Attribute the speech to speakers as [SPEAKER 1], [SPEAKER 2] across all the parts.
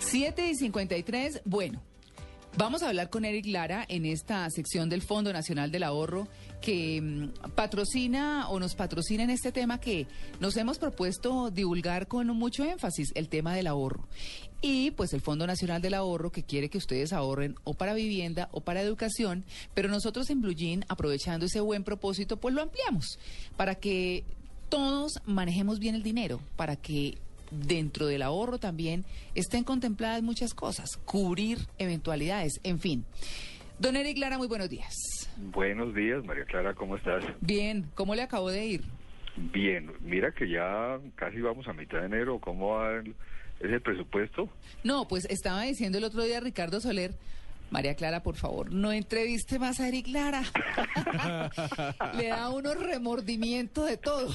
[SPEAKER 1] 7 y 53, bueno, vamos a hablar con Eric Lara en esta sección del Fondo Nacional del Ahorro que mm, patrocina o nos patrocina en este tema que nos hemos propuesto divulgar con mucho énfasis, el tema del ahorro. Y pues el Fondo Nacional del Ahorro que quiere que ustedes ahorren o para vivienda o para educación, pero nosotros en Blue Jean, aprovechando ese buen propósito, pues lo ampliamos para que todos manejemos bien el dinero, para que dentro del ahorro también estén contempladas muchas cosas, cubrir eventualidades, en fin. Don Eric Lara, muy buenos días.
[SPEAKER 2] Buenos días, María Clara, ¿cómo estás?
[SPEAKER 1] Bien, ¿cómo le acabo de ir?
[SPEAKER 2] Bien, mira que ya casi vamos a mitad de enero, ¿cómo va el, es el presupuesto?
[SPEAKER 1] No, pues estaba diciendo el otro día Ricardo Soler, María Clara, por favor, no entreviste más a Eric Lara. le da unos remordimiento de todo.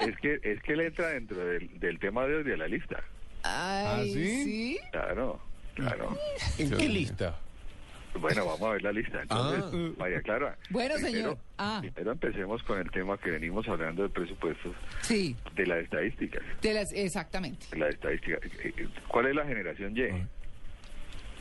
[SPEAKER 2] es que es que él entra dentro del, del tema de hoy de la lista.
[SPEAKER 1] Ay,
[SPEAKER 3] sí?
[SPEAKER 1] ¿sí?
[SPEAKER 2] Claro, claro.
[SPEAKER 3] ¿En qué lista? Ah.
[SPEAKER 2] Bueno, vamos a ver la lista. Entonces, María Clara.
[SPEAKER 1] Bueno,
[SPEAKER 2] primero-
[SPEAKER 1] señor. Ah.
[SPEAKER 2] Primero empecemos con el tema que venimos hablando de presupuestos,
[SPEAKER 1] Sí,
[SPEAKER 2] de las estadísticas.
[SPEAKER 1] de las, exactamente.
[SPEAKER 2] de las estadísticas. Eh, eh, ¿Cuál es la generación Y?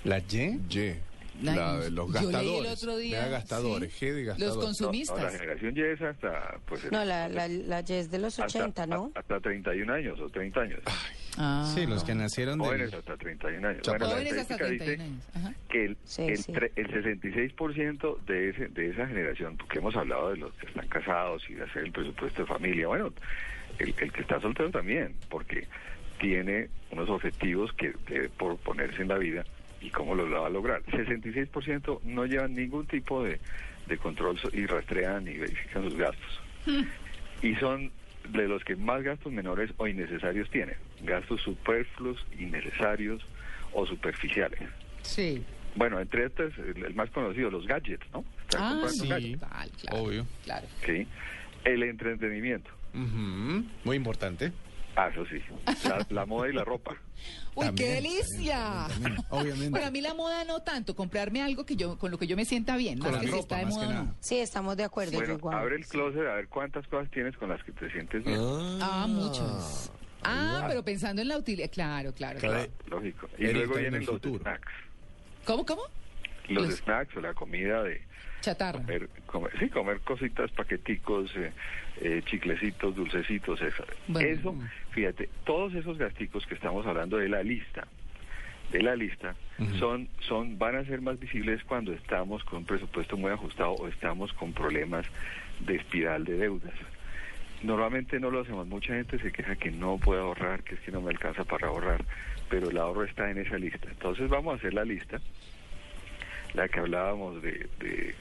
[SPEAKER 3] ¿La Y? Y. La de los
[SPEAKER 1] Yo leí el
[SPEAKER 3] gastadores.
[SPEAKER 1] otro día,
[SPEAKER 3] Me da gastadores.
[SPEAKER 1] sí.
[SPEAKER 3] G de
[SPEAKER 1] Los
[SPEAKER 3] gastadores.
[SPEAKER 2] No, no, la
[SPEAKER 1] consumistas.
[SPEAKER 2] generación Y es hasta... Pues, el-
[SPEAKER 4] No, la, la, la yes de los
[SPEAKER 2] hasta-
[SPEAKER 4] 80, ¿no?
[SPEAKER 2] a- Hasta 31 años o 30 años.
[SPEAKER 1] Ah.
[SPEAKER 5] Sí, los que nacieron
[SPEAKER 2] Jóvenes
[SPEAKER 5] de...
[SPEAKER 2] hasta 31 años.
[SPEAKER 3] Chaparros.
[SPEAKER 2] la
[SPEAKER 1] Jóvenes hasta
[SPEAKER 2] estadística
[SPEAKER 1] 31
[SPEAKER 2] dice
[SPEAKER 1] años. Ajá.
[SPEAKER 2] que el,
[SPEAKER 4] Sí,
[SPEAKER 2] el,
[SPEAKER 4] sí.
[SPEAKER 2] tre- el 66% de, ese, de esa generación, porque hemos hablado de los que están casados y de hacer el presupuesto de familia, bueno, el, el que está soltero también, porque tiene unos objetivos que debe por ponerse en la vida y cómo los va a lograr. 66% no llevan ningún tipo de, de control so- y rastrean y verifican sus gastos. Y son de los que más gastos menores o innecesarios tienen, gastos superfluos, innecesarios o superficiales.
[SPEAKER 1] Sí.
[SPEAKER 2] Bueno, entre estos, el, el más conocido, los gadgets, ¿no? Están
[SPEAKER 1] Ah,
[SPEAKER 2] comprando
[SPEAKER 1] sí.
[SPEAKER 2] gadgets,
[SPEAKER 1] Total, claro.
[SPEAKER 5] Obvio.
[SPEAKER 1] Claro.
[SPEAKER 2] sí. El entretenimiento.
[SPEAKER 5] Ujú, Muy importante.
[SPEAKER 2] Ah, eso sí. La, la moda y la ropa.
[SPEAKER 1] Uy, qué
[SPEAKER 5] También,
[SPEAKER 1] delicia.
[SPEAKER 5] también, obviamente.
[SPEAKER 1] Para mí la moda no tanto, comprarme algo que yo con lo que yo me sienta bien,
[SPEAKER 5] Con
[SPEAKER 1] más
[SPEAKER 5] la
[SPEAKER 1] que si
[SPEAKER 5] ropa,
[SPEAKER 1] está de
[SPEAKER 5] más que
[SPEAKER 1] moda o no.
[SPEAKER 5] nada.
[SPEAKER 4] Sí, estamos de acuerdo. yo
[SPEAKER 2] Bueno,
[SPEAKER 4] igual.
[SPEAKER 2] abre el closet a ver cuántas cosas tienes con las que te sientes bien.
[SPEAKER 1] Ah, muchos. Ah, pero pensando en la utilidad, claro, claro.
[SPEAKER 2] Claro,
[SPEAKER 5] Claro.
[SPEAKER 2] lógico. Y
[SPEAKER 5] Eric
[SPEAKER 2] luego
[SPEAKER 5] está en
[SPEAKER 2] vienen
[SPEAKER 5] el
[SPEAKER 2] los
[SPEAKER 5] futuro.
[SPEAKER 2] snacks.
[SPEAKER 1] ¿Cómo, cómo?
[SPEAKER 2] Los,
[SPEAKER 1] Los-
[SPEAKER 2] snacks o la comida de
[SPEAKER 1] Chatarra.
[SPEAKER 2] comer, comer- sí, comer cositas, paqueticos, eh, eh, chiclecitos, dulcecitos, eso.
[SPEAKER 1] Bueno.
[SPEAKER 2] Eso, fíjate, todos esos gasticos que estamos hablando de la lista, de la lista, son, son, van a ser más visibles cuando estamos con un presupuesto muy ajustado o estamos con problemas de espiral de deudas. Normalmente no lo hacemos, mucha gente se queja que no puede ahorrar, que es que no me alcanza para ahorrar, pero el ahorro está en esa lista. Entonces vamos a hacer la lista la que hablábamos de, de,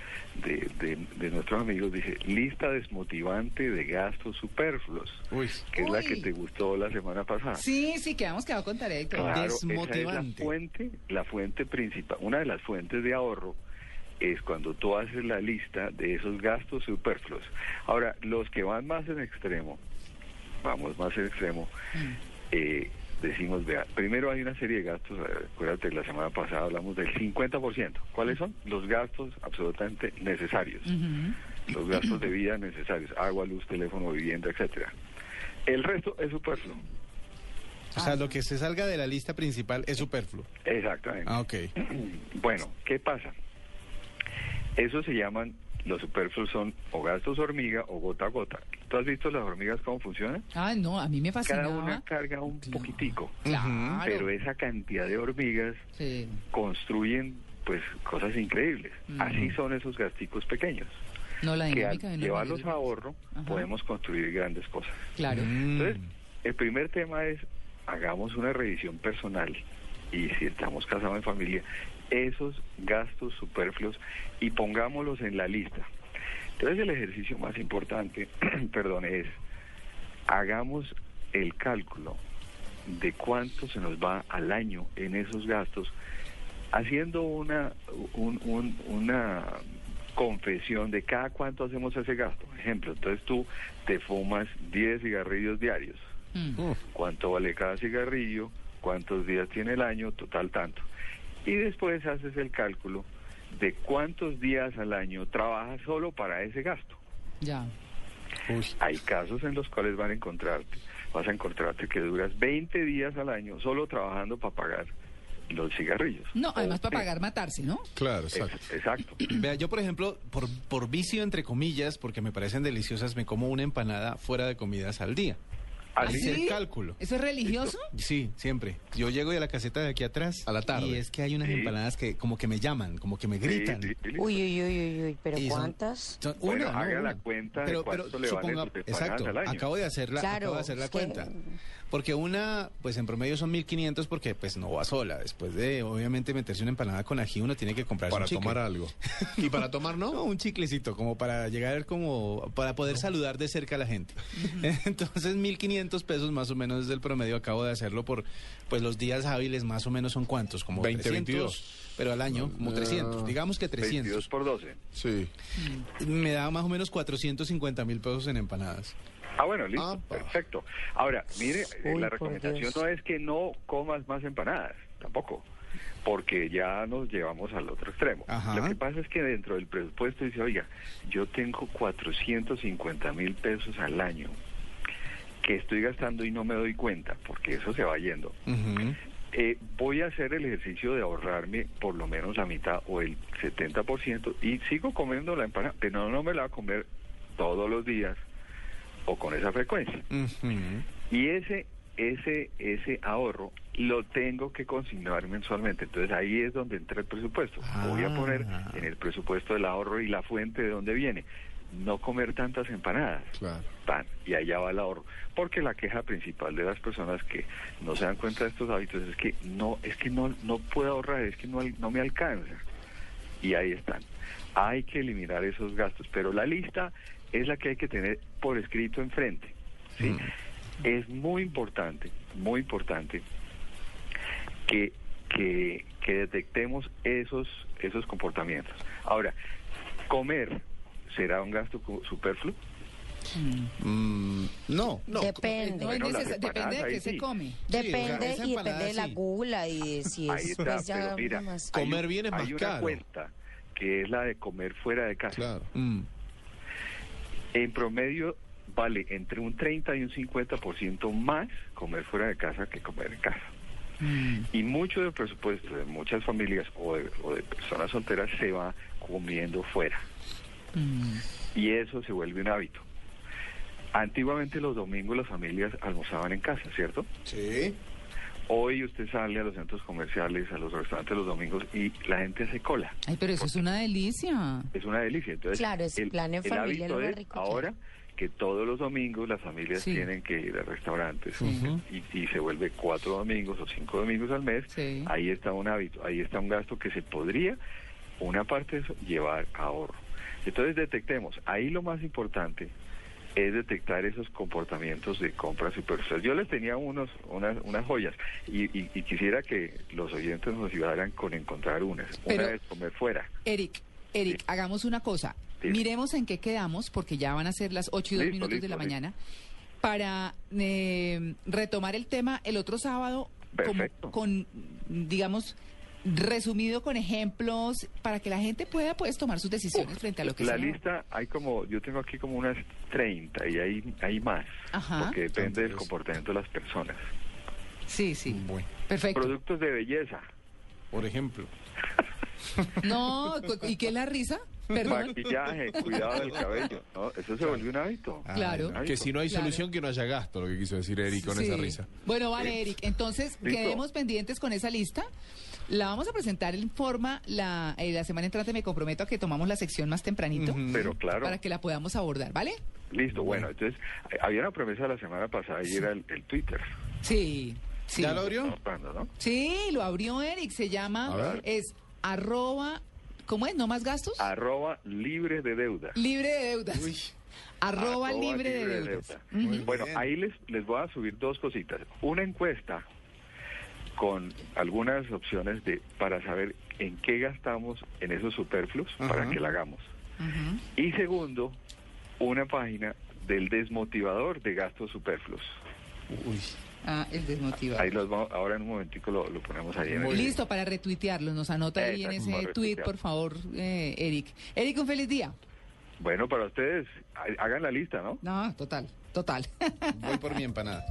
[SPEAKER 2] de- de- de nuestros amigos, dice lista desmotivante de gastos superfluos,
[SPEAKER 5] Uy.
[SPEAKER 2] que es la
[SPEAKER 1] Uy.
[SPEAKER 2] que te gustó la semana pasada.
[SPEAKER 1] Sí, sí, quedamos quedado con tarea y todo.
[SPEAKER 2] Claro, Esa es
[SPEAKER 5] desmotivante.
[SPEAKER 2] la fuente, la fuente principal, una de las fuentes de ahorro es cuando tú haces la lista de esos gastos superfluos. Ahora, los que van más en extremo, vamos más en extremo, eh, decimos, vea, primero hay una serie de gastos, eh, acuérdate, la semana pasada hablamos del 50%. ¿Cuáles son? Los gastos absolutamente necesarios, los gastos de vida necesarios, agua, luz, teléfono, vivienda, etcétera. El resto es superfluo.
[SPEAKER 5] O
[SPEAKER 1] Ah.
[SPEAKER 5] sea, lo que se salga de la lista principal es superfluo.
[SPEAKER 2] Exactamente.
[SPEAKER 5] Ah, ok.
[SPEAKER 2] Bueno, ¿qué pasa? Eso se llaman, los superfluos son o gastos hormiga o gota a gota. ¿Tú has visto las hormigas cómo funcionan?
[SPEAKER 1] Ah, no, a mí me
[SPEAKER 2] Cada
[SPEAKER 1] fascinaba.
[SPEAKER 2] una carga un poquitico,
[SPEAKER 1] Claro.
[SPEAKER 2] pero esa cantidad de hormigas
[SPEAKER 1] Sí.
[SPEAKER 2] construyen pues cosas increíbles. Así son esos gasticos pequeños,
[SPEAKER 1] No, Mm. la
[SPEAKER 2] que al
[SPEAKER 1] dinámica de los
[SPEAKER 2] llevarlos a
[SPEAKER 1] mayores.
[SPEAKER 2] ahorro
[SPEAKER 1] Ajá.
[SPEAKER 2] podemos construir grandes cosas.
[SPEAKER 1] Claro.
[SPEAKER 2] Entonces, el primer tema es, hagamos una revisión personal y si estamos casados en familia, esos gastos superfluos y pongámoslos en la lista. Entonces el ejercicio más importante, perdón, es hagamos el cálculo de cuánto se nos va al año en esos gastos, haciendo una, un- un- una confesión de cada cuánto hacemos ese gasto. Por ejemplo, entonces tú te fumas 10 cigarrillos diarios.
[SPEAKER 1] Mm,
[SPEAKER 5] Oh.
[SPEAKER 2] ¿Cuánto vale cada cigarrillo? ¿Cuántos días tiene el año? Total tanto. Y después haces el cálculo de cuántos días al año trabajas solo para ese gasto.
[SPEAKER 1] Ya.
[SPEAKER 2] Hay casos en los cuales van a encontrarte, vas a encontrarte que duras 20 días al año solo trabajando para pagar los cigarrillos.
[SPEAKER 1] No, además
[SPEAKER 2] O-
[SPEAKER 1] para pagar matarse, ¿no?
[SPEAKER 6] Claro,
[SPEAKER 2] eh,
[SPEAKER 6] exacto.
[SPEAKER 2] ex- Exacto.
[SPEAKER 5] Vea, yo por ejemplo, por, por vicio entre comillas, porque me parecen deliciosas, me como una empanada fuera de comidas al día.
[SPEAKER 2] Así
[SPEAKER 5] Así
[SPEAKER 2] es.
[SPEAKER 5] es el cálculo.
[SPEAKER 1] ¿Ah, ¿Eso es religioso?
[SPEAKER 5] Sí, siempre. Yo llego de la caseta de aquí atrás.
[SPEAKER 6] A la tarde.
[SPEAKER 5] Y es que hay unas
[SPEAKER 2] Sí.
[SPEAKER 5] empanadas que como que me llaman, como que me gritan.
[SPEAKER 2] Sí, sí, sí.
[SPEAKER 4] Uy, uy, uy, uy, uy, pero
[SPEAKER 5] Y son-
[SPEAKER 4] ¿cuántas?
[SPEAKER 5] Son
[SPEAKER 2] Bueno,
[SPEAKER 5] una, ¿no?
[SPEAKER 2] haga la
[SPEAKER 5] Una.
[SPEAKER 2] cuenta de cuánto le valen sus empanadas
[SPEAKER 5] exacto,
[SPEAKER 2] al año.
[SPEAKER 5] acabo de hacer la,
[SPEAKER 4] Claro,
[SPEAKER 5] acabo de hacer la
[SPEAKER 4] es que-
[SPEAKER 5] cuenta. Porque una, pues en promedio son 1500 porque pues no va sola. Después de, obviamente, meterse una empanada con ají, uno tiene que comprar
[SPEAKER 6] Para
[SPEAKER 5] un chicle.
[SPEAKER 6] tomar algo. ¿Y para tomar no?
[SPEAKER 5] No, un chiclecito, como para llegar, como para poder saludar de cerca a la gente. Entonces, 1.500 pesos más o menos es el promedio. Acabo de hacerlo por, pues los días hábiles más o menos son cuántos, como
[SPEAKER 6] 20,
[SPEAKER 5] 300,
[SPEAKER 6] 22.
[SPEAKER 5] pero al año, como
[SPEAKER 6] Ah.
[SPEAKER 5] 300, digamos que
[SPEAKER 2] 22
[SPEAKER 5] 300.
[SPEAKER 2] por 12.
[SPEAKER 6] Sí. Mm.
[SPEAKER 5] Me da más o menos 450 mil pesos en empanadas.
[SPEAKER 2] Ah, bueno, listo,
[SPEAKER 6] Apa.
[SPEAKER 2] perfecto. Ahora, mire, eh,
[SPEAKER 4] Uy,
[SPEAKER 2] la
[SPEAKER 4] por
[SPEAKER 2] recomendación
[SPEAKER 4] Dios.
[SPEAKER 2] no es que no comas más empanadas, tampoco, porque ya nos llevamos al otro extremo.
[SPEAKER 5] Ajá.
[SPEAKER 2] Lo que pasa es que dentro del presupuesto dice, oiga, yo tengo 450 mil pesos al año que estoy gastando y no me doy cuenta, porque eso se va yendo. Eh, voy a hacer el ejercicio de ahorrarme por lo menos la mitad o el 70% y sigo comiendo la empanada, pero no, no me la voy a comer todos los días o con esa frecuencia.
[SPEAKER 5] Ujú.
[SPEAKER 2] Y ese, ese, ese ahorro lo tengo que consignar mensualmente. Entonces ahí es donde entra el presupuesto. Voy a poner
[SPEAKER 5] Ah.
[SPEAKER 2] en el presupuesto el ahorro y la fuente de dónde viene. No comer tantas empanadas.
[SPEAKER 6] Claro.
[SPEAKER 2] Pan, y allá va el ahorro. Porque la queja principal de las personas que no se dan cuenta de estos hábitos es que no, es que no, no puedo ahorrar, es que no, al- no me alcanza. Y ahí están. Hay que eliminar esos gastos, pero la lista es la que hay que tener por escrito enfrente. ¿sí? Es muy importante, muy importante que, que, que detectemos esos, esos comportamientos. Ahora, comer será un gasto cu- superfluo.
[SPEAKER 5] Mm, no.
[SPEAKER 4] Depende.
[SPEAKER 1] No es
[SPEAKER 2] Bueno, las
[SPEAKER 1] neces- depende de
[SPEAKER 2] empanadas
[SPEAKER 1] qué
[SPEAKER 2] ahí
[SPEAKER 1] se
[SPEAKER 2] sí.
[SPEAKER 1] come.
[SPEAKER 5] o sea,
[SPEAKER 4] Depende
[SPEAKER 5] esa
[SPEAKER 4] y
[SPEAKER 5] empanada
[SPEAKER 4] depende de la
[SPEAKER 5] sí.
[SPEAKER 4] gula y de si
[SPEAKER 2] Ahí
[SPEAKER 4] es
[SPEAKER 2] está,
[SPEAKER 4] pues, ya
[SPEAKER 2] pero mira,
[SPEAKER 4] más.
[SPEAKER 2] hay
[SPEAKER 5] Comer
[SPEAKER 2] un-
[SPEAKER 5] bien es más
[SPEAKER 2] Hay una
[SPEAKER 5] caro.
[SPEAKER 2] cuenta que es la de comer fuera de casa.
[SPEAKER 6] Claro.
[SPEAKER 5] Mm,
[SPEAKER 2] En promedio vale entre un 30 y un 50% más comer fuera de casa que comer en casa.
[SPEAKER 5] Mm.
[SPEAKER 2] Y mucho del presupuesto de muchas familias o de, o de personas solteras se va comiendo fuera.
[SPEAKER 5] Mm.
[SPEAKER 2] Y eso se vuelve un hábito. Antiguamente los domingos las familias almorzaban en casa, ¿cierto?
[SPEAKER 6] Sí.
[SPEAKER 2] Hoy usted sale a los centros comerciales, a los restaurantes los domingos y la gente hace cola.
[SPEAKER 1] Ay, pero eso es una delicia.
[SPEAKER 2] Es una delicia. Entonces,
[SPEAKER 4] Claro, es plan en familia,
[SPEAKER 2] hábito
[SPEAKER 4] lo más
[SPEAKER 2] es
[SPEAKER 4] rico que hay.
[SPEAKER 2] ahora que todos los domingos las familias
[SPEAKER 1] Sí.
[SPEAKER 2] tienen que ir a restaurantes
[SPEAKER 1] Ujú.
[SPEAKER 2] y, y se vuelve cuatro domingos o cinco domingos al mes.
[SPEAKER 1] Sí.
[SPEAKER 2] Ahí está un hábito, ahí está un gasto que se podría, una parte de eso, llevar a ahorro. Entonces detectemos, ahí lo más importante es detectar esos comportamientos de compra superfluas. Yo les tenía unos, unas, unas joyas y, y- y quisiera que los oyentes nos ayudaran con encontrar unas.
[SPEAKER 1] Pero-
[SPEAKER 2] una es comer fuera.
[SPEAKER 1] Eric, Eric,
[SPEAKER 2] Sí.
[SPEAKER 1] hagamos una cosa.
[SPEAKER 2] Sí.
[SPEAKER 1] Miremos en qué quedamos, porque ya van a ser las 8 y 2
[SPEAKER 2] Listo,
[SPEAKER 1] minutos de
[SPEAKER 2] listo,
[SPEAKER 1] la
[SPEAKER 2] listo.
[SPEAKER 1] mañana, para eh, retomar el tema el otro sábado como
[SPEAKER 2] Perfecto.
[SPEAKER 1] con, digamos, resumido con ejemplos, para que la gente pueda pues tomar sus decisiones
[SPEAKER 2] Uf,
[SPEAKER 1] frente a lo que
[SPEAKER 2] la
[SPEAKER 1] sea.
[SPEAKER 2] lista hay como yo tengo aquí como unas 30 y hay hay más
[SPEAKER 1] Ajá.
[SPEAKER 2] porque depende del
[SPEAKER 6] Entonces-
[SPEAKER 2] comportamiento de las personas
[SPEAKER 1] Sí, sí.
[SPEAKER 5] Bueno,
[SPEAKER 1] Perfecto.
[SPEAKER 2] productos de belleza
[SPEAKER 5] por ejemplo.
[SPEAKER 1] No, cu- ¿y qué es la risa? Perdón.
[SPEAKER 2] maquillaje cuidado del cabello ¿no? eso se volvió un hábito
[SPEAKER 5] Ah,
[SPEAKER 1] Claro.
[SPEAKER 2] Un hábito.
[SPEAKER 6] Que si no hay
[SPEAKER 1] Claro.
[SPEAKER 6] solución, que no haya gasto, lo que quiso decir Eric con esa
[SPEAKER 1] Sí.
[SPEAKER 6] risa.
[SPEAKER 1] Bueno, vale, Eric. Entonces,
[SPEAKER 2] Listo.
[SPEAKER 1] quedemos pendientes con esa lista. La vamos a presentar en forma la, eh, la semana entrante. Me comprometo a que tomamos la sección más tempranito
[SPEAKER 2] pero claro
[SPEAKER 1] para que la podamos abordar, ¿vale?
[SPEAKER 2] listo bueno entonces eh, había una promesa la semana pasada y era el, el Twitter
[SPEAKER 1] Sí. sí.
[SPEAKER 5] ¿Ya lo abrió?
[SPEAKER 2] ¿no? Fernando, no?
[SPEAKER 1] Sí, lo abrió Eric. Se
[SPEAKER 6] A
[SPEAKER 1] llama,
[SPEAKER 6] ver.
[SPEAKER 1] es arroba ¿Cómo es? ¿No más gastos?
[SPEAKER 2] Arroba libre de deuda.
[SPEAKER 1] Libre de deudas. Arroba, libre de
[SPEAKER 2] libre de
[SPEAKER 1] deudas.
[SPEAKER 2] deuda. Bueno, ahí les, les voy a subir dos cositas. Una encuesta con algunas opciones de para saber en qué gastamos en esos superfluos para que la hagamos. Y segundo, una página del desmotivador de gastos superfluos.
[SPEAKER 1] Ah, el desmotivado.
[SPEAKER 2] Ahí los vamos, ahora en un momentico lo, lo ponemos ahí en el-
[SPEAKER 1] Listo para retuitearlo. Nos anota ahí en
[SPEAKER 2] Exacto,
[SPEAKER 1] ese
[SPEAKER 2] para
[SPEAKER 1] tweet,
[SPEAKER 2] retuitear.
[SPEAKER 1] por favor, eh, Eric. Eric, un feliz día.
[SPEAKER 2] Bueno, para ustedes, ha- hagan la lista, ¿no?
[SPEAKER 1] No, total, total.
[SPEAKER 5] Voy por mi empanada.